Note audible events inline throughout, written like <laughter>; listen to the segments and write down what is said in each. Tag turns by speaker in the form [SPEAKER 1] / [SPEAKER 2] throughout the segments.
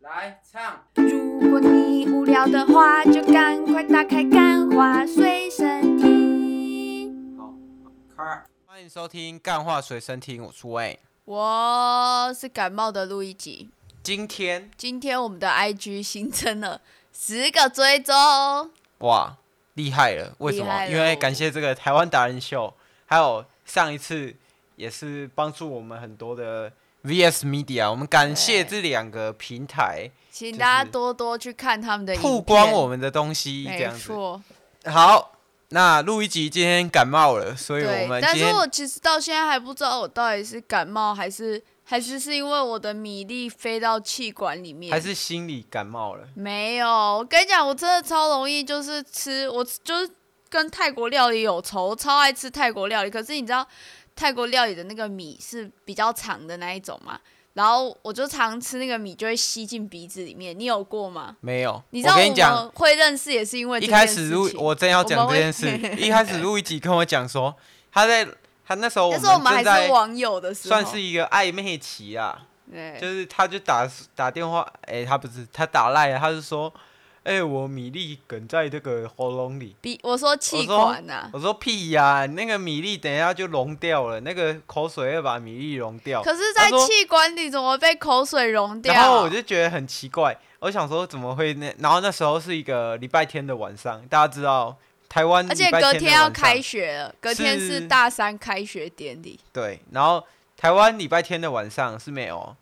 [SPEAKER 1] 来唱。
[SPEAKER 2] 如果你无聊的话，就赶快打开《干花随身听》。
[SPEAKER 1] 开，欢迎收听《干话随身听》，我是魏。
[SPEAKER 2] 我是感冒的录一集。
[SPEAKER 1] 今天
[SPEAKER 2] 今天我们的 IG 新增了十个追踪，
[SPEAKER 1] 哇，厉害了！为什
[SPEAKER 2] 厉害了
[SPEAKER 1] 么？因为感谢这个台湾达人秀，还有上一次也是帮助我们很多的 VS Media，我们感谢这两个平台
[SPEAKER 2] 请
[SPEAKER 1] 就是
[SPEAKER 2] 大家多多去看他们的影片
[SPEAKER 1] 曝光我。们的东西，这
[SPEAKER 2] 没
[SPEAKER 1] 样子。
[SPEAKER 2] 错，
[SPEAKER 1] 好，那录一集今天感冒了，所以我
[SPEAKER 2] 对，
[SPEAKER 1] 们
[SPEAKER 2] 但
[SPEAKER 1] 今
[SPEAKER 2] 是
[SPEAKER 1] 天
[SPEAKER 2] 我其实到现在还不知道我到底是感冒还是还是是因为我的米粒飞到气管里面，
[SPEAKER 1] 还是心里感冒了。
[SPEAKER 2] 没有，我跟你讲，我真的超容易，就是吃，我就是跟泰国料理有仇，我超爱吃泰国料理。可是你知道，泰国料理的那个米是比较长的那一种嘛，然后我就常吃那个米，就会吸进鼻子里面。你有过吗？
[SPEAKER 1] 没有，
[SPEAKER 2] 你知道
[SPEAKER 1] 我跟你讲，
[SPEAKER 2] 们会认识也是因为
[SPEAKER 1] 一
[SPEAKER 2] 这
[SPEAKER 1] 开
[SPEAKER 2] 件事
[SPEAKER 1] 始
[SPEAKER 2] 情
[SPEAKER 1] 路我正要讲这件
[SPEAKER 2] 我
[SPEAKER 1] 事
[SPEAKER 2] <laughs> 们，会
[SPEAKER 1] 一开始路易吉跟我讲说，他在他那时候
[SPEAKER 2] 那时候我们还
[SPEAKER 1] 正
[SPEAKER 2] 是
[SPEAKER 1] 在
[SPEAKER 2] 网友的时候，
[SPEAKER 1] 算是一个暧昧期啊，就
[SPEAKER 2] 对
[SPEAKER 1] 是他就打打电话，哎、他不是他打赖了，啊他是说，哎、我米粒梗在这个喉咙里，
[SPEAKER 2] 鼻，我说啊气管呐、
[SPEAKER 1] 我说屁呀、那个米粒等一下就溶掉了，那个口水会把米粒溶掉，
[SPEAKER 2] 可是，
[SPEAKER 1] 他
[SPEAKER 2] 在
[SPEAKER 1] 说
[SPEAKER 2] 气管里怎么被口水溶掉？啊
[SPEAKER 1] 然后我就觉得很奇怪，我想说怎么会那，然后那时候是一个礼拜天的晚上，大家知道。台湾
[SPEAKER 2] 而且
[SPEAKER 1] 礼拜
[SPEAKER 2] 隔
[SPEAKER 1] 天的
[SPEAKER 2] 天要
[SPEAKER 1] 晚上
[SPEAKER 2] 开学了，隔天
[SPEAKER 1] 是
[SPEAKER 2] 是大三开学典礼，
[SPEAKER 1] 对，然后台湾礼拜天的晚上是没有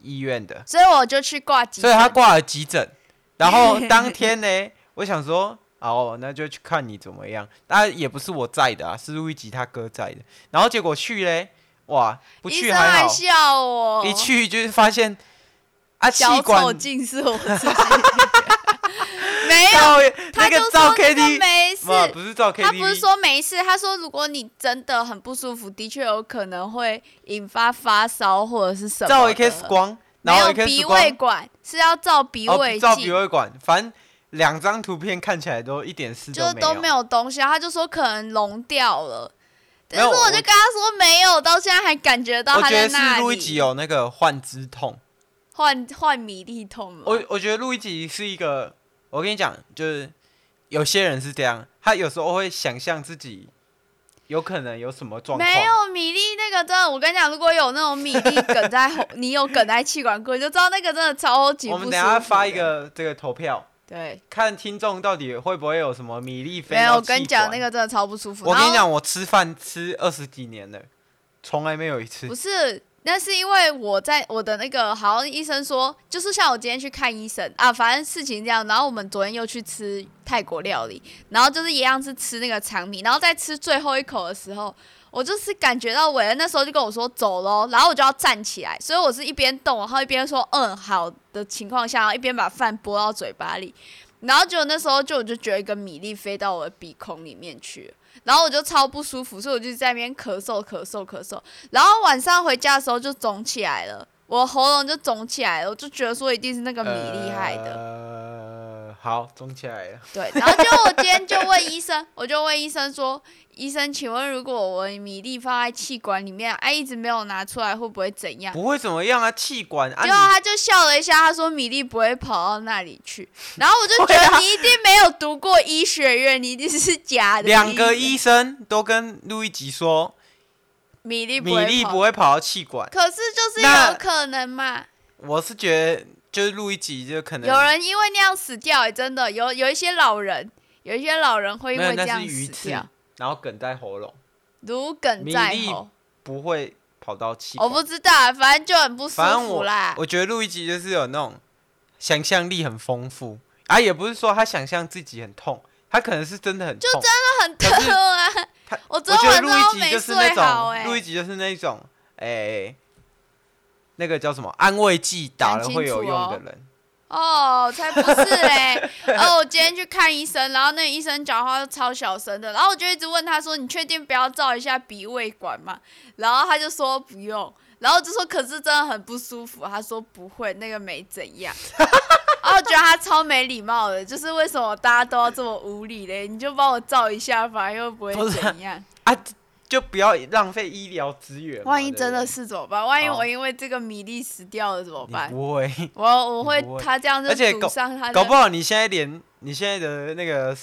[SPEAKER 1] 医院的，
[SPEAKER 2] 所以我就去挂急
[SPEAKER 1] 所
[SPEAKER 2] 诊。
[SPEAKER 1] 以他挂了急诊。然
[SPEAKER 2] <laughs>
[SPEAKER 1] 后当天呢，我想说，哦，那就去看你怎么样。当然也不是我在的啊，是路易吉他哥在的。然后结果去嘞，哇，不
[SPEAKER 2] 医
[SPEAKER 1] 去
[SPEAKER 2] 生还
[SPEAKER 1] 好，
[SPEAKER 2] 笑我，
[SPEAKER 1] 一去就是发现啊，气
[SPEAKER 2] 小丑
[SPEAKER 1] 管
[SPEAKER 2] 竟是我自己， <laughs> 没有，
[SPEAKER 1] 照
[SPEAKER 2] 他
[SPEAKER 1] 那
[SPEAKER 2] 就
[SPEAKER 1] 个
[SPEAKER 2] 说
[SPEAKER 1] 照
[SPEAKER 2] 那个
[SPEAKER 1] KTV，
[SPEAKER 2] 没事，
[SPEAKER 1] 不不是照
[SPEAKER 2] 他不是
[SPEAKER 1] KTV，
[SPEAKER 2] 说没事，他说如果你真的很不舒服，的确有可能会引发发烧或者是什么的。
[SPEAKER 1] 照 X 光，然
[SPEAKER 2] 没
[SPEAKER 1] 后
[SPEAKER 2] 有
[SPEAKER 1] X
[SPEAKER 2] 鼻
[SPEAKER 1] 光
[SPEAKER 2] 胃管是要照鼻
[SPEAKER 1] 哦，
[SPEAKER 2] 胃
[SPEAKER 1] 照鼻
[SPEAKER 2] 镜，
[SPEAKER 1] 胃管，反正两张图片看起来都一点事
[SPEAKER 2] 就是都没有东西啊，他就说可能溶掉了。
[SPEAKER 1] 没
[SPEAKER 2] 但
[SPEAKER 1] 有
[SPEAKER 2] 是我
[SPEAKER 1] 我
[SPEAKER 2] 就跟他说没有，到现在还感觉到
[SPEAKER 1] 我
[SPEAKER 2] 他
[SPEAKER 1] 觉
[SPEAKER 2] 在
[SPEAKER 1] 得
[SPEAKER 2] 那
[SPEAKER 1] 是
[SPEAKER 2] 里。
[SPEAKER 1] 路易吉哦有那个幻肢痛。
[SPEAKER 2] 换换米粒痛啊吗？
[SPEAKER 1] 我我觉得路易吉是一个，我跟你讲，就是有些人是这样，他有时候会想象自己有可能有什么状况。
[SPEAKER 2] 没有米粒那个真的，我跟你讲，如果有那种米粒梗在喉，你有梗在气管过，你就知道那个真的超级不
[SPEAKER 1] 我
[SPEAKER 2] 舒服
[SPEAKER 1] 们
[SPEAKER 2] 的。
[SPEAKER 1] 等一下发一个这个投票，
[SPEAKER 2] 对，
[SPEAKER 1] 看听众到底会不会有什么米粒飞。
[SPEAKER 2] 没有，我跟你讲，那，个真的超不舒服。
[SPEAKER 1] 我跟你
[SPEAKER 2] 然后
[SPEAKER 1] 讲，我吃饭吃二十几年了，从来没有一次
[SPEAKER 2] 不。是，那是因为我在我的那个，好像医生说，就是像我今天去看医生啊，反正事情这样。然后我们昨天又去吃泰国料理，然后就是一样是吃那个肠米，然后在吃最后一口的时候。我就是感觉到伟恩那时候就跟我说走喽，然后我就要站起来，所以我是一边动，然后一边说嗯好的情况下，然后一边把饭拨到嘴巴里，然后结果那时候就我就觉得一个米粒飞到我的鼻孔里面去了，然后我就超不舒服，所以我就在那边咳嗽咳嗽咳嗽，然后晚上回家的时候就肿起来了，我喉咙就肿起来了，我就觉得说一定是那个米粒害的。
[SPEAKER 1] 呃，好，中起来了。
[SPEAKER 2] 对，然后就我今天就问医生，我就问医生说：“医生，请问如果我米粒放在气管里面，哎、一直没有拿出来，会不会怎样？”
[SPEAKER 1] 不会怎么样啊，气管
[SPEAKER 2] 结
[SPEAKER 1] 啊你
[SPEAKER 2] 果他就笑了一下，他说：“米粒不会跑到那里
[SPEAKER 1] <laughs>
[SPEAKER 2] 去。”然后我就觉
[SPEAKER 1] 对啊
[SPEAKER 2] 得你一定没有读过医学院，你一定是假的。
[SPEAKER 1] 两个医生都跟路易吉说，
[SPEAKER 2] 米粒
[SPEAKER 1] 米粒不
[SPEAKER 2] 会跑，
[SPEAKER 1] 会跑到气管。
[SPEAKER 2] 可是就是
[SPEAKER 1] 那
[SPEAKER 2] 有可能嘛。
[SPEAKER 1] 我是觉得，就是录一集就可能
[SPEAKER 2] 有人因为那样死掉、欸，真的有有一些老人，有一些老人会因
[SPEAKER 1] 没有
[SPEAKER 2] 为这
[SPEAKER 1] 那
[SPEAKER 2] 样
[SPEAKER 1] 是鱼
[SPEAKER 2] 死
[SPEAKER 1] 刺
[SPEAKER 2] 掉，，
[SPEAKER 1] 然后梗在喉咙，
[SPEAKER 2] 如鲠
[SPEAKER 1] 米
[SPEAKER 2] 在
[SPEAKER 1] 粒
[SPEAKER 2] 喉。
[SPEAKER 1] 不会跑到气
[SPEAKER 2] 我
[SPEAKER 1] 管。
[SPEAKER 2] 不知道啊，反正就很不舒
[SPEAKER 1] 反正
[SPEAKER 2] 服
[SPEAKER 1] 我
[SPEAKER 2] 啦。
[SPEAKER 1] 我觉得录一集就是有那种想象力很丰富啊，也不是说他想象自己很痛，他可能是真的很痛。
[SPEAKER 2] 那很
[SPEAKER 1] 可是
[SPEAKER 2] 痛啊
[SPEAKER 1] 他！
[SPEAKER 2] <laughs> 我昨
[SPEAKER 1] 我
[SPEAKER 2] 天
[SPEAKER 1] 觉得
[SPEAKER 2] 晚
[SPEAKER 1] 录
[SPEAKER 2] 上都
[SPEAKER 1] 一集
[SPEAKER 2] 没
[SPEAKER 1] 就是
[SPEAKER 2] 睡
[SPEAKER 1] 那
[SPEAKER 2] 好
[SPEAKER 1] 种，
[SPEAKER 2] 哎、
[SPEAKER 1] 录一集就是那种，哎、那个叫什么安慰剂打了会有用的人，
[SPEAKER 2] 哦，才不是嘞！哦，我今天去看医生，然后那个医生讲话都超小声的，然后我就一直问他说：“你确定不要照一下鼻胃管吗？”然后他就说不用，然后我就说：“可是真的很不舒服。”他说：“不会，那个没怎样。” <laughs> 然后我觉得他超没礼貌的，就是为什么大家都要这么无理嘞？你就帮我照一下吧，又不会
[SPEAKER 1] <laughs> 不是啊
[SPEAKER 2] 怎样。
[SPEAKER 1] 啊，就就不要浪费医疗资源嘛。
[SPEAKER 2] 哦万一
[SPEAKER 1] 对不
[SPEAKER 2] 真的
[SPEAKER 1] 对
[SPEAKER 2] 是怎么办？万一
[SPEAKER 1] 好
[SPEAKER 2] 我因为这个米粒死掉了怎么
[SPEAKER 1] 你
[SPEAKER 2] 办？
[SPEAKER 1] 不会，
[SPEAKER 2] 我我会
[SPEAKER 1] 你不会
[SPEAKER 2] 他这样
[SPEAKER 1] 而且
[SPEAKER 2] 就
[SPEAKER 1] 搞
[SPEAKER 2] 堵上他
[SPEAKER 1] 搞不
[SPEAKER 2] 的，
[SPEAKER 1] 好你现在连你现在的那个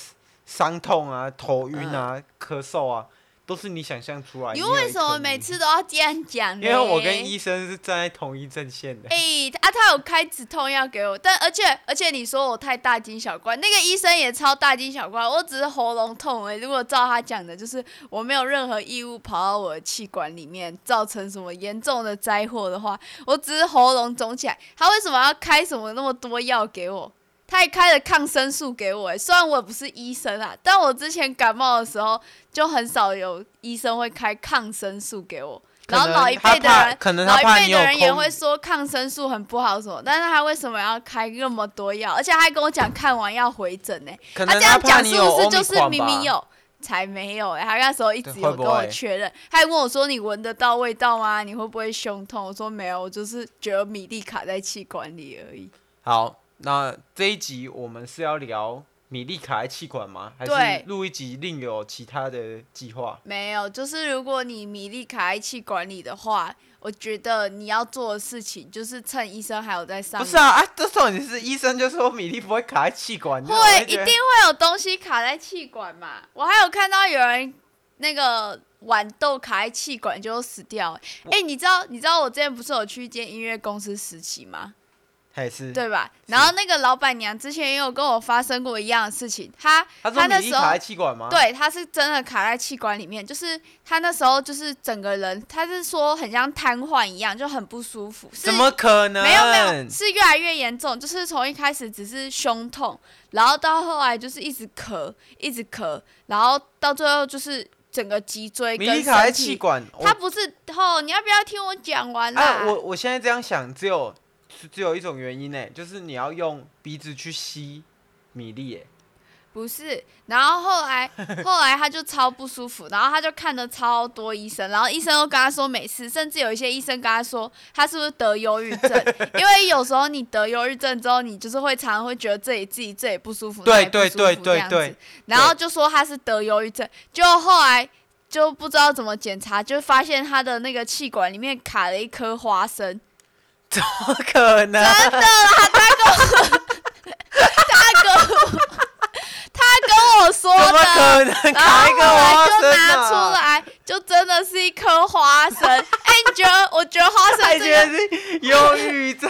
[SPEAKER 1] 伤痛啊、头晕啊、咳嗽啊，都是你想象出来。
[SPEAKER 2] 嗯你
[SPEAKER 1] 有
[SPEAKER 2] 为
[SPEAKER 1] 一
[SPEAKER 2] 什么
[SPEAKER 1] 可
[SPEAKER 2] 每
[SPEAKER 1] 能？
[SPEAKER 2] 次都要这样讲呢？
[SPEAKER 1] 因为我跟医生是站在同一阵线的。
[SPEAKER 2] 哎、啊，他有开止痛药给我，但而且而且你说我太大惊小怪，那个医生也超大惊小怪，我只是喉咙痛而已。如果照他讲的，就是我没有任何异物跑到我的气管里面，造成什么严重的灾祸的话，我只是喉咙肿起来。他为什么要开什么那么多药给我？他还开了抗生素给我、哎，虽然我也不是医生啊，但我之前感冒的时候就很少有医生会开抗生素给我。
[SPEAKER 1] 可
[SPEAKER 2] 然后老
[SPEAKER 1] 能
[SPEAKER 2] 一
[SPEAKER 1] 他
[SPEAKER 2] 辈的
[SPEAKER 1] 怕
[SPEAKER 2] 人，
[SPEAKER 1] 可能
[SPEAKER 2] 老
[SPEAKER 1] 他
[SPEAKER 2] 一
[SPEAKER 1] 怕
[SPEAKER 2] 辈
[SPEAKER 1] 你有
[SPEAKER 2] 的人也
[SPEAKER 1] 空
[SPEAKER 2] 会说抗生素很不好什么，但是他为什么要开那么多药？而且他还跟我讲看完要回诊呢、
[SPEAKER 1] 可
[SPEAKER 2] 他
[SPEAKER 1] 能
[SPEAKER 2] 啊这样
[SPEAKER 1] 怕
[SPEAKER 2] 讲
[SPEAKER 1] 你
[SPEAKER 2] 是
[SPEAKER 1] 有
[SPEAKER 2] 不是
[SPEAKER 1] Omicron
[SPEAKER 2] 就是明
[SPEAKER 1] 吧
[SPEAKER 2] 明有？才没有、欸，他那时候一直有
[SPEAKER 1] 会不
[SPEAKER 2] 跟我
[SPEAKER 1] 会
[SPEAKER 2] 确认，他还问我说：“你闻得到味道吗？你会不会胸痛？”我说：“没有，我就是觉得米粒卡在气管里而已。
[SPEAKER 1] 好，那这一集我们是要聊米粒卡在气管吗？还
[SPEAKER 2] 对
[SPEAKER 1] 是录一集另有其他的计划？”
[SPEAKER 2] 没有，就是如果你米粒卡在气管里的话，我觉得你要做的事情就是趁医生还有在上
[SPEAKER 1] 不
[SPEAKER 2] 班。
[SPEAKER 1] 是啊啊！这重点是医生就说米粒不会卡在气管，那我
[SPEAKER 2] 会
[SPEAKER 1] 就
[SPEAKER 2] 一
[SPEAKER 1] 觉
[SPEAKER 2] 定
[SPEAKER 1] 得
[SPEAKER 2] 会有东西卡在气管嘛。我还有看到有人那个豌豆卡在气管就死掉、欸。哎、你知道你知道我之前不是有去一间音乐公司实习吗？
[SPEAKER 1] 还嗯是
[SPEAKER 2] 对吧？然后那个老板娘之前也有跟我发生过一样的事情，她
[SPEAKER 1] 他说
[SPEAKER 2] 那
[SPEAKER 1] 米粒
[SPEAKER 2] 时候
[SPEAKER 1] 卡在气管吗？，
[SPEAKER 2] 对，他是真的卡在气管里面，就是他那时候就是整个人，他是说很像瘫痪一样，就很不舒服。是
[SPEAKER 1] 怎么可能？
[SPEAKER 2] 没有没有，是越来越严重，就是从一开始只是胸痛，然后到后来就是一直咳，一直咳，然后到最后就是整个脊椎
[SPEAKER 1] 米
[SPEAKER 2] 跟
[SPEAKER 1] 粒卡在
[SPEAKER 2] 身
[SPEAKER 1] 气
[SPEAKER 2] 体。
[SPEAKER 1] 管，我
[SPEAKER 2] 他不是哦，你要不要听我讲完啦？
[SPEAKER 1] 啊，我我现在这样想，只有只有一种原因呢，就是你要用鼻子去吸米粒耶，
[SPEAKER 2] 不是，然后 <laughs> 后来后来他就超不舒服，然后他就看了超多医生，然后医生都跟他说没事，甚至有一些医生跟他说他是不是得忧郁
[SPEAKER 1] <laughs>
[SPEAKER 2] 症，因为有时候你得忧郁症之后，你就是会常常会觉得这里自己这里不舒服，
[SPEAKER 1] 对
[SPEAKER 2] 那里不
[SPEAKER 1] 对
[SPEAKER 2] 舒
[SPEAKER 1] 对
[SPEAKER 2] 服
[SPEAKER 1] 对
[SPEAKER 2] 这样子
[SPEAKER 1] 对，
[SPEAKER 2] 然后就说他是得忧郁症，就后来。就不知道怎么检查，就发现他的那个气管里面卡了一颗花生，
[SPEAKER 1] 不可能。
[SPEAKER 2] 他跟我他跟我说的，
[SPEAKER 1] 怎么可能
[SPEAKER 2] 然后
[SPEAKER 1] 卡一个
[SPEAKER 2] 后
[SPEAKER 1] 花
[SPEAKER 2] 来就
[SPEAKER 1] 生
[SPEAKER 2] 拿出
[SPEAKER 1] 啊？
[SPEAKER 2] 来，就真的是一颗花生。哎、你觉得？我觉得花
[SPEAKER 1] 他
[SPEAKER 2] 生这
[SPEAKER 1] 觉得
[SPEAKER 2] 个
[SPEAKER 1] 是忧郁症，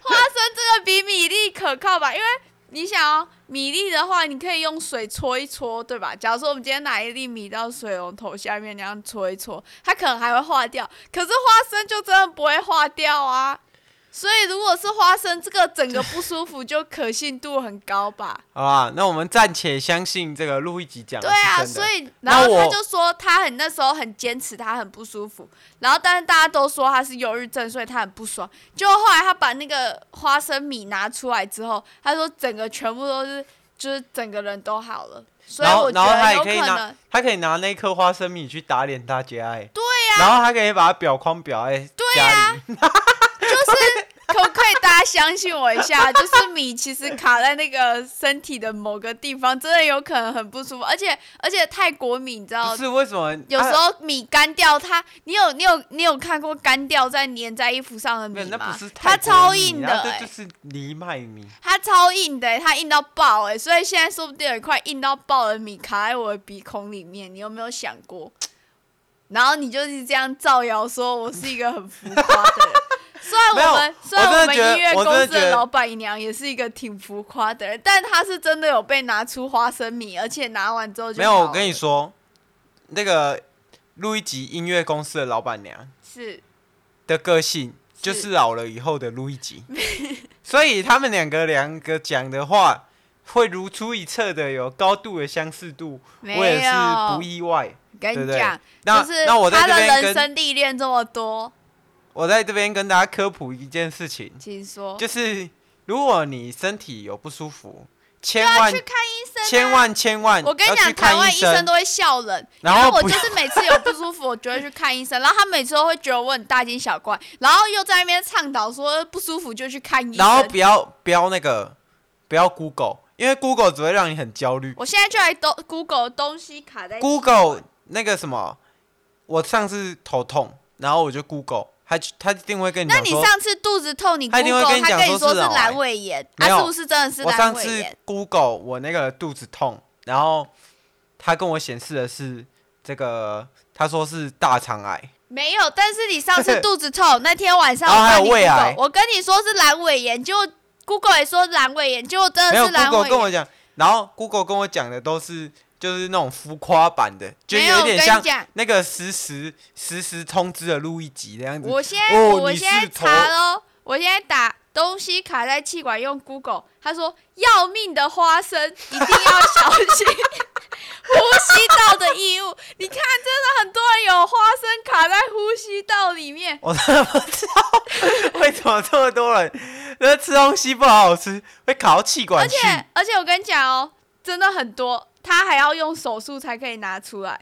[SPEAKER 2] 花生这个比米粒可靠吧？因为你想哦，米粒的话，你可以用水搓一搓，对吧？假如说我们今天拿一粒米到水龙头下面那样搓一搓，它可能还会化掉。可是花生就真的不会化掉啊。所以，如果是花生，这个整个不舒服就可信度很高吧？
[SPEAKER 1] 好吧？那我们暂且相信这个路易吉讲的
[SPEAKER 2] 对
[SPEAKER 1] 是
[SPEAKER 2] 啊，
[SPEAKER 1] 真的
[SPEAKER 2] 所以
[SPEAKER 1] 那
[SPEAKER 2] 然后他
[SPEAKER 1] 我
[SPEAKER 2] 就说他很那时候很坚持，他很不舒服。然后但是大家都说他是忧郁症，所以他很不爽。就后来他把那个花生米拿出来之后，他说整个全部都是就是整个人都好了。所以
[SPEAKER 1] 然后
[SPEAKER 2] 我觉
[SPEAKER 1] 然后他
[SPEAKER 2] 得
[SPEAKER 1] 也
[SPEAKER 2] 有
[SPEAKER 1] 可以
[SPEAKER 2] 可
[SPEAKER 1] 拿
[SPEAKER 2] 能，
[SPEAKER 1] 他可以拿那颗花生米去打脸大家哎、对呀、然后他可以把它裱框裱在
[SPEAKER 2] 对
[SPEAKER 1] 家
[SPEAKER 2] 呀、
[SPEAKER 1] 里，
[SPEAKER 2] 就是可不可以大家相信我一下？就是米其实卡在那个身体的某个地方，真的有可能很不舒服。而且而且泰国米你知道
[SPEAKER 1] 不是为什么？
[SPEAKER 2] 有时
[SPEAKER 1] 啊
[SPEAKER 2] 候米干掉它，你有你有你有看过干掉在粘在衣服上的
[SPEAKER 1] 没
[SPEAKER 2] 米
[SPEAKER 1] 有那
[SPEAKER 2] 吗？
[SPEAKER 1] 不是
[SPEAKER 2] 它
[SPEAKER 1] 泰国
[SPEAKER 2] 超
[SPEAKER 1] 米
[SPEAKER 2] 硬
[SPEAKER 1] 啊
[SPEAKER 2] 的、欸，
[SPEAKER 1] 这就是藜麦米。
[SPEAKER 2] 它超硬的、欸，它硬到爆哎、所以现在说不定有一块硬到爆的米卡在我的鼻孔里面，你有没有想过？然后你就是这样造谣说我是一个很浮夸的人。
[SPEAKER 1] <laughs>
[SPEAKER 2] 虽
[SPEAKER 1] 没
[SPEAKER 2] 然
[SPEAKER 1] 有
[SPEAKER 2] 我们虽然
[SPEAKER 1] 我真的
[SPEAKER 2] 们
[SPEAKER 1] 觉得
[SPEAKER 2] 音乐
[SPEAKER 1] 我
[SPEAKER 2] 公
[SPEAKER 1] 真的
[SPEAKER 2] 司
[SPEAKER 1] 觉
[SPEAKER 2] 的
[SPEAKER 1] 得
[SPEAKER 2] 老板娘也是一个挺浮夸的人，但她是真的有被拿出花生米，而且拿完之后就
[SPEAKER 1] 没有，
[SPEAKER 2] 好
[SPEAKER 1] 我跟你
[SPEAKER 2] 了
[SPEAKER 1] 说，那个路易吉音乐公司的老板娘
[SPEAKER 2] 是
[SPEAKER 1] 的个性就是老了以后的路
[SPEAKER 2] <laughs>
[SPEAKER 1] 易吉，所以他们两个两个讲的话会如出一辙的有高度的相似度，我
[SPEAKER 2] 没有
[SPEAKER 1] 也是不意外。
[SPEAKER 2] 跟
[SPEAKER 1] 对
[SPEAKER 2] 你
[SPEAKER 1] 不对
[SPEAKER 2] 讲，
[SPEAKER 1] 那
[SPEAKER 2] 就是
[SPEAKER 1] 那我在
[SPEAKER 2] 他
[SPEAKER 1] 这
[SPEAKER 2] 的
[SPEAKER 1] 边
[SPEAKER 2] 人
[SPEAKER 1] 跟
[SPEAKER 2] 生历练这么多，
[SPEAKER 1] 我在这边跟大家科普一件事情，
[SPEAKER 2] 请说。
[SPEAKER 1] 就是如果你身体有不舒服，千
[SPEAKER 2] 要
[SPEAKER 1] 万
[SPEAKER 2] 去看医生、啊，
[SPEAKER 1] 千。万千万
[SPEAKER 2] 我跟你
[SPEAKER 1] 要去
[SPEAKER 2] 讲，台
[SPEAKER 1] 看
[SPEAKER 2] 湾
[SPEAKER 1] 医
[SPEAKER 2] 医生都会笑人，
[SPEAKER 1] 然
[SPEAKER 2] 因为
[SPEAKER 1] 后
[SPEAKER 2] 我
[SPEAKER 1] 不
[SPEAKER 2] 就
[SPEAKER 1] 要
[SPEAKER 2] 是每次有不舒服，我就会去看医生，然后他每次都会觉得我很大惊小怪，然后又在那边倡导说不舒服就去看医
[SPEAKER 1] 然后
[SPEAKER 2] 生
[SPEAKER 1] 不。要不要那个不要 Google，因为 Google 只会让你很焦虑。
[SPEAKER 2] 哎我现在就来都 Google 东西卡在
[SPEAKER 1] Google 那个什么我上次头痛，然后我就 Google，他他一定会跟你
[SPEAKER 2] 那
[SPEAKER 1] 讲
[SPEAKER 2] 你
[SPEAKER 1] 说，
[SPEAKER 2] 上次肚子痛，你
[SPEAKER 1] 他一定会
[SPEAKER 2] Google
[SPEAKER 1] 跟你
[SPEAKER 2] 他
[SPEAKER 1] 讲
[SPEAKER 2] 跟你
[SPEAKER 1] 说
[SPEAKER 2] 说
[SPEAKER 1] 是
[SPEAKER 2] 是
[SPEAKER 1] 脑癌
[SPEAKER 2] 阑尾炎，
[SPEAKER 1] 没
[SPEAKER 2] 他
[SPEAKER 1] 有
[SPEAKER 2] 是不是真的是
[SPEAKER 1] 我
[SPEAKER 2] 阑
[SPEAKER 1] 上
[SPEAKER 2] 尾
[SPEAKER 1] 次
[SPEAKER 2] 炎？
[SPEAKER 1] Google 我那个肚子痛，然后他跟我显示的是这个，他说是大肠癌，
[SPEAKER 2] 没有，但是你上
[SPEAKER 1] <laughs>
[SPEAKER 2] 次肚子痛那天晚上，
[SPEAKER 1] 然
[SPEAKER 2] 我
[SPEAKER 1] 后啊还有
[SPEAKER 2] 帮你
[SPEAKER 1] 胃癌
[SPEAKER 2] Google，我跟你说是阑尾炎，结果 Google 也说阑尾炎，结果真
[SPEAKER 1] 没
[SPEAKER 2] 的
[SPEAKER 1] 有
[SPEAKER 2] 是阑
[SPEAKER 1] Google
[SPEAKER 2] 尾
[SPEAKER 1] 跟
[SPEAKER 2] 炎。
[SPEAKER 1] 我讲，然后 Google 跟我讲的都是就是那种浮夸版的，就
[SPEAKER 2] 没有，
[SPEAKER 1] 有
[SPEAKER 2] 我
[SPEAKER 1] 点
[SPEAKER 2] 跟你
[SPEAKER 1] 像
[SPEAKER 2] 讲，
[SPEAKER 1] 那个实时实时通知的录一集的样子。
[SPEAKER 2] 我现在、
[SPEAKER 1] 哦
[SPEAKER 2] 我
[SPEAKER 1] 你
[SPEAKER 2] 现在
[SPEAKER 1] 是头
[SPEAKER 2] 查喽，我现在打东西卡在气管用 Google，他说要命的花生一定要小
[SPEAKER 1] <laughs>
[SPEAKER 2] 心呼吸道的异物。你看，真的很多人有花生卡在呼吸道里面，
[SPEAKER 1] 我真的不知道 <laughs> 为什么这么多人，那吃东西不好好吃，会卡到气管
[SPEAKER 2] 而
[SPEAKER 1] 去。
[SPEAKER 2] 且而且我跟你讲哦，真的很多，他还要用手术才可以拿出来。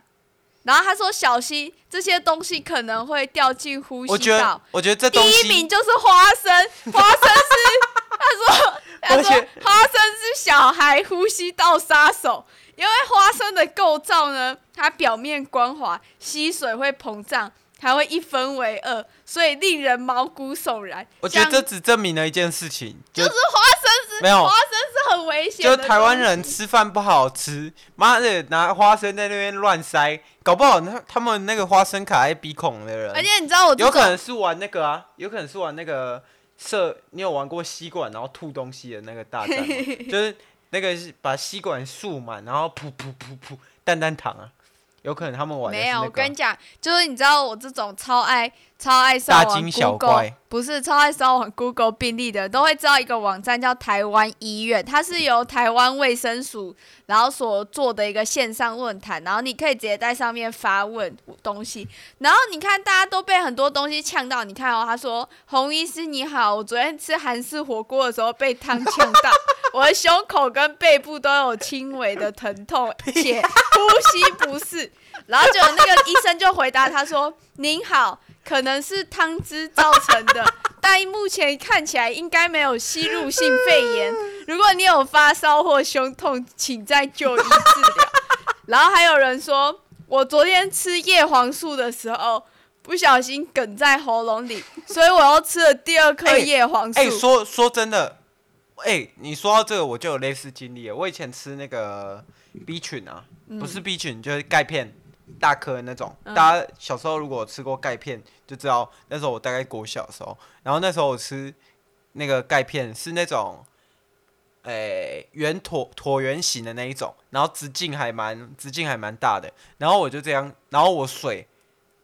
[SPEAKER 2] 然后他说小心这些东西可能会掉进呼
[SPEAKER 1] 我
[SPEAKER 2] 吸
[SPEAKER 1] 觉
[SPEAKER 2] 道
[SPEAKER 1] 得。，我觉得这
[SPEAKER 2] 第
[SPEAKER 1] 东
[SPEAKER 2] 一
[SPEAKER 1] 西
[SPEAKER 2] 名就是花
[SPEAKER 1] <laughs>
[SPEAKER 2] 生，花生是他说他
[SPEAKER 1] 而
[SPEAKER 2] 说
[SPEAKER 1] 且
[SPEAKER 2] 花生是小孩呼吸道杀手，因为花生的构造呢，它表面光滑，吸水会膨胀，还会一分为二，所以令人毛骨悚然。
[SPEAKER 1] 我觉得这
[SPEAKER 2] 像
[SPEAKER 1] 只证明了一件事情，
[SPEAKER 2] 就
[SPEAKER 1] 就是
[SPEAKER 2] 花生是
[SPEAKER 1] 没有
[SPEAKER 2] 花生是很危险
[SPEAKER 1] 就
[SPEAKER 2] 的，
[SPEAKER 1] 是台湾。人吃饭不好吃，妈的拿花生在那边乱塞，搞不好那他们那个花生卡在鼻孔的
[SPEAKER 2] 而
[SPEAKER 1] 人，
[SPEAKER 2] 且你知道我这
[SPEAKER 1] 有可
[SPEAKER 2] 种
[SPEAKER 1] 能是玩那个啊，有可能是玩那个射，你有玩过吸管然后吐东西的那个大战
[SPEAKER 2] <laughs>
[SPEAKER 1] 吗？就是那个是把吸管竖满，然后噗噗噗噗蛋蛋糖啊，有可能他们玩的是
[SPEAKER 2] 没有，
[SPEAKER 1] 那
[SPEAKER 2] 我
[SPEAKER 1] 个啊、
[SPEAKER 2] 跟你讲，就是你知道我这种超爱超爱上
[SPEAKER 1] 大
[SPEAKER 2] 网
[SPEAKER 1] 惊小
[SPEAKER 2] Google，
[SPEAKER 1] 怪
[SPEAKER 2] 不是超爱上网 Google 病例的，都会知道一个网站叫台湾医院，它是由台湾卫生署然后所做的一个线上论坛，然后你可以直接在上面发问东西。然后你看大家都被很多东西呛到，你看哦，他说洪医师你好，我昨天吃韩式火锅的时候被烫呛
[SPEAKER 1] <laughs>
[SPEAKER 2] 到。我的胸口跟背部都有轻微的疼痛，
[SPEAKER 1] <laughs>
[SPEAKER 2] 且
[SPEAKER 1] 啊
[SPEAKER 2] 呼吸不适。然后就有那个医生就回答他说：“您好，可能是汤汁造成的，
[SPEAKER 1] <laughs>
[SPEAKER 2] 但目前看起来应该没有吸入性肺炎。如果你有发烧或胸痛，请再就医治
[SPEAKER 1] <laughs>
[SPEAKER 2] 疗。”然后还有人说：“我昨天吃叶黄素的时候。”不小心梗在喉咙里，所以我又吃了第二颗
[SPEAKER 1] 哎
[SPEAKER 2] 叶黄素。
[SPEAKER 1] 哎、说说真的，哎、你说到这个，我就有类似经历了。我以前吃那个 B 群啊，不是 B 群就是钙片，大颗的那种。
[SPEAKER 2] 嗯
[SPEAKER 1] 大家小时候如果有吃过钙片，就知道那时候我大概国小的时候，然后那时候我吃那个钙片是那种。诶、圆椭椭圆形的那一种，然后直径还蛮直径还蛮大的，然后我就这样，然后我水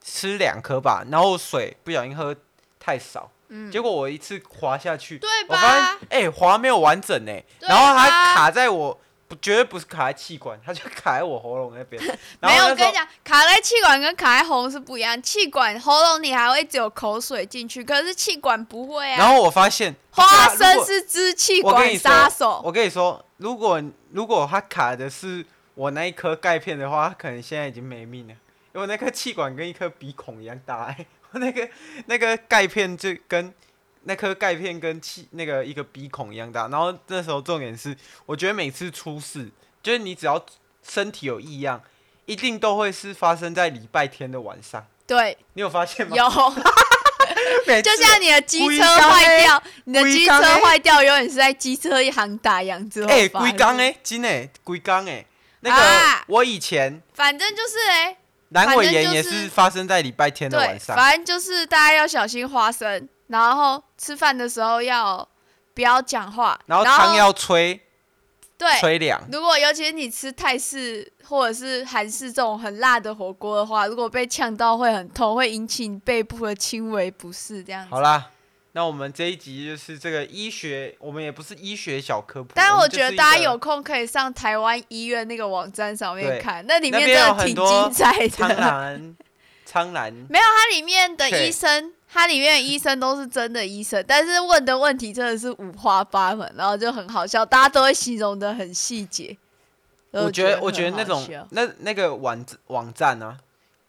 [SPEAKER 1] 吃两颗吧，然后水不小心喝太少，结果我一次滑下去，
[SPEAKER 2] 嗯对
[SPEAKER 1] 我发现
[SPEAKER 2] 吧？
[SPEAKER 1] 哎、滑没有完整呢、
[SPEAKER 2] 对
[SPEAKER 1] 然后
[SPEAKER 2] 吧
[SPEAKER 1] 它卡在我不绝对不是卡在气管，它就卡在我喉咙那边。
[SPEAKER 2] <laughs>
[SPEAKER 1] 然
[SPEAKER 2] 没有，
[SPEAKER 1] 后
[SPEAKER 2] 我
[SPEAKER 1] 那时
[SPEAKER 2] 跟
[SPEAKER 1] 候
[SPEAKER 2] 你讲，卡在气管跟卡在喉咙是不一样。气管、喉咙你还会只有口水进去，可是气管不会
[SPEAKER 1] 然
[SPEAKER 2] 啊。
[SPEAKER 1] 后我发现
[SPEAKER 2] 花
[SPEAKER 1] 不
[SPEAKER 2] 生
[SPEAKER 1] 啊
[SPEAKER 2] 是支气
[SPEAKER 1] 如果我跟
[SPEAKER 2] 管
[SPEAKER 1] 你
[SPEAKER 2] 杀
[SPEAKER 1] 说，
[SPEAKER 2] 手，
[SPEAKER 1] 我跟你说，如果如果它卡的是我那一颗钙片的话，它可能现在已经没命了，因为我那颗气管跟一颗鼻孔一样大、 <laughs> 欸，我那个那个钙片就跟。那颗钙片跟气那个一个鼻孔一样大，然后那时候重点是，我觉得每次出事，就是你只要身体有异样，一定都会是发生在礼拜天的晚上。
[SPEAKER 2] 对，
[SPEAKER 1] 你有发 <laughs> 现吗？
[SPEAKER 2] 有，
[SPEAKER 1] 每次
[SPEAKER 2] 就像你的机
[SPEAKER 1] 龟
[SPEAKER 2] 车
[SPEAKER 1] 缸
[SPEAKER 2] 坏
[SPEAKER 1] 欸
[SPEAKER 2] 掉，你的
[SPEAKER 1] 龟
[SPEAKER 2] 机车
[SPEAKER 1] 缸欸
[SPEAKER 2] 坏掉永远是在机车行打烊之后。
[SPEAKER 1] 哎，龟缸，哎，真的龟缸哎，那个、
[SPEAKER 2] 啊
[SPEAKER 1] 我以前
[SPEAKER 2] 反正就是哎、
[SPEAKER 1] 阑尾
[SPEAKER 2] 反正
[SPEAKER 1] 炎
[SPEAKER 2] 就
[SPEAKER 1] 也
[SPEAKER 2] 是
[SPEAKER 1] 是发生在礼拜天的
[SPEAKER 2] 对，
[SPEAKER 1] 晚上，
[SPEAKER 2] 反正就是大家要小心花生，然后吃饭的时候要不要讲话，
[SPEAKER 1] 然后
[SPEAKER 2] 后
[SPEAKER 1] 汤要吹
[SPEAKER 2] 对
[SPEAKER 1] 吹凉，
[SPEAKER 2] 如果尤其是你吃泰式或者是韩式这种很辣的火锅的话，如果被呛到会很痛，会引起你背部的轻微不适这样子
[SPEAKER 1] 好。啦。那我们这一集就是这个医学，我们也不是医学小科普，
[SPEAKER 2] 但
[SPEAKER 1] 我
[SPEAKER 2] 我
[SPEAKER 1] 们就
[SPEAKER 2] 觉得
[SPEAKER 1] 是一
[SPEAKER 2] 大家
[SPEAKER 1] 个
[SPEAKER 2] 有空可以上台湾医院那个网站上面
[SPEAKER 1] 对
[SPEAKER 2] 看，那里
[SPEAKER 1] 那
[SPEAKER 2] 面
[SPEAKER 1] 边有
[SPEAKER 2] 真的
[SPEAKER 1] 很
[SPEAKER 2] 挺
[SPEAKER 1] 多
[SPEAKER 2] 精彩 <laughs>
[SPEAKER 1] 苍
[SPEAKER 2] 的。
[SPEAKER 1] 兰，苍兰
[SPEAKER 2] 没有，它里面的
[SPEAKER 1] 对
[SPEAKER 2] 医生，它里面的医生都是真的医
[SPEAKER 1] <laughs>
[SPEAKER 2] 生，但是问的问题真的是五花八门，然后就很好笑，大家都会形容的很细节。
[SPEAKER 1] 我觉得，我觉得
[SPEAKER 2] 很
[SPEAKER 1] 那
[SPEAKER 2] 好
[SPEAKER 1] 种
[SPEAKER 2] 笑
[SPEAKER 1] 那那个网站网站啊，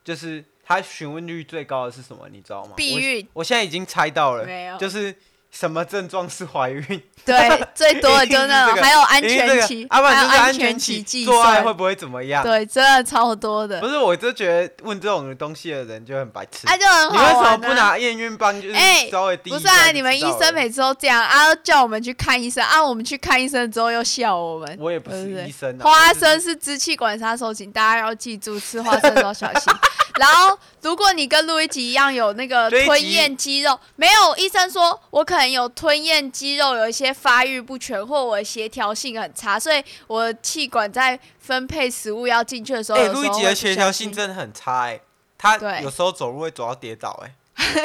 [SPEAKER 1] 就是它询问率最高的是什么，你知道吗？
[SPEAKER 2] 避
[SPEAKER 1] 我
[SPEAKER 2] 孕
[SPEAKER 1] 我现在已经猜到了，
[SPEAKER 2] 没有
[SPEAKER 1] 就是什么症状是怀孕， <laughs>
[SPEAKER 2] 对，最多的就是那
[SPEAKER 1] 一定是这
[SPEAKER 2] 种，
[SPEAKER 1] 个
[SPEAKER 2] 还有安
[SPEAKER 1] 因为这
[SPEAKER 2] 全
[SPEAKER 1] 个
[SPEAKER 2] 期，
[SPEAKER 1] 啊不
[SPEAKER 2] 还
[SPEAKER 1] 然
[SPEAKER 2] 有
[SPEAKER 1] 就是安
[SPEAKER 2] 全
[SPEAKER 1] 期
[SPEAKER 2] 计
[SPEAKER 1] 做爱会
[SPEAKER 2] 算，
[SPEAKER 1] 不会怎么样？
[SPEAKER 2] 对，真的超多的 <laughs>
[SPEAKER 1] 不，是，我就觉得问这种东西的人就很白痴。
[SPEAKER 2] 啊，就很
[SPEAKER 1] 你为
[SPEAKER 2] 好
[SPEAKER 1] 什么
[SPEAKER 2] 玩
[SPEAKER 1] 不
[SPEAKER 2] 啊。
[SPEAKER 1] 拿验孕棒？就是
[SPEAKER 2] 哎
[SPEAKER 1] 稍微低一
[SPEAKER 2] 不
[SPEAKER 1] 下
[SPEAKER 2] 是啊，
[SPEAKER 1] 就
[SPEAKER 2] 你们
[SPEAKER 1] 知
[SPEAKER 2] 医
[SPEAKER 1] 道
[SPEAKER 2] 生
[SPEAKER 1] 了
[SPEAKER 2] 每次都这样啊，叫我们去看医生啊，我们去看医生之后又笑我们。
[SPEAKER 1] 我也不
[SPEAKER 2] 对不
[SPEAKER 1] 是
[SPEAKER 2] 对
[SPEAKER 1] 医生啊，
[SPEAKER 2] 花
[SPEAKER 1] 我只是
[SPEAKER 2] 生是支气管杀手，请大家要记住，吃花生都要小
[SPEAKER 1] <laughs>
[SPEAKER 2] 心。然后，如果你跟路易吉一样有那个
[SPEAKER 1] 这一集
[SPEAKER 2] 吞咽肌肉，没有医生说我可能有吞咽肌肉有一些发育不全，或我的协调性很差，所以我的气管在分配食物要进去的时候，
[SPEAKER 1] 哎、
[SPEAKER 2] 有时候
[SPEAKER 1] 路易吉
[SPEAKER 2] 会
[SPEAKER 1] 的
[SPEAKER 2] 不
[SPEAKER 1] 协
[SPEAKER 2] 小
[SPEAKER 1] 调
[SPEAKER 2] 心
[SPEAKER 1] 性真的很差哎、他
[SPEAKER 2] 对
[SPEAKER 1] 有时候走路会走到跌倒
[SPEAKER 2] <laughs>
[SPEAKER 1] 哎、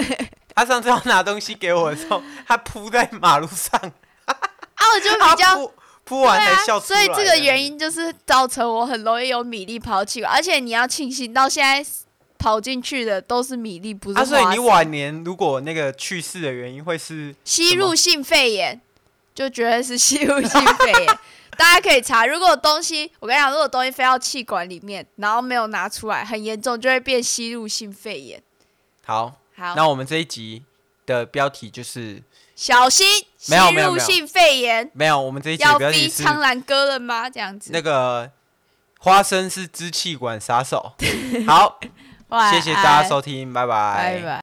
[SPEAKER 1] 他上次要拿东西给我的时候，他扑在马路上，
[SPEAKER 2] 啊，我就
[SPEAKER 1] 他
[SPEAKER 2] 比较
[SPEAKER 1] 扑扑完才
[SPEAKER 2] 对
[SPEAKER 1] 笑
[SPEAKER 2] 啊，
[SPEAKER 1] 出
[SPEAKER 2] 所
[SPEAKER 1] 来、
[SPEAKER 2] 以这个原，因就是造成我很容易有米粒跑气管，而且你要庆幸到现在跑进去的都是米粒，不是
[SPEAKER 1] 啊，
[SPEAKER 2] 花
[SPEAKER 1] 所
[SPEAKER 2] 生。
[SPEAKER 1] 以你晚年如果那个去世的原因会是
[SPEAKER 2] 吸入性肺炎，就觉得是吸入性肺炎。 <laughs> 大家可以查，如果东西，我跟你讲，如果东西飞到气管里面，然后没有拿出来，很严重，就会变吸入性肺炎。
[SPEAKER 1] 好，
[SPEAKER 2] 好，
[SPEAKER 1] 那我们这一集的标题就是
[SPEAKER 2] 小心吸
[SPEAKER 1] 没有没有
[SPEAKER 2] 入性肺炎，
[SPEAKER 1] 没有，我们这一集
[SPEAKER 2] 要
[SPEAKER 1] 的标题
[SPEAKER 2] 飞
[SPEAKER 1] 是
[SPEAKER 2] 苍兰哥了吗？这样子。
[SPEAKER 1] 那个花生是支气管杀手。好，
[SPEAKER 2] 晚安
[SPEAKER 1] 谢谢大家，收听，
[SPEAKER 2] 哎拜拜。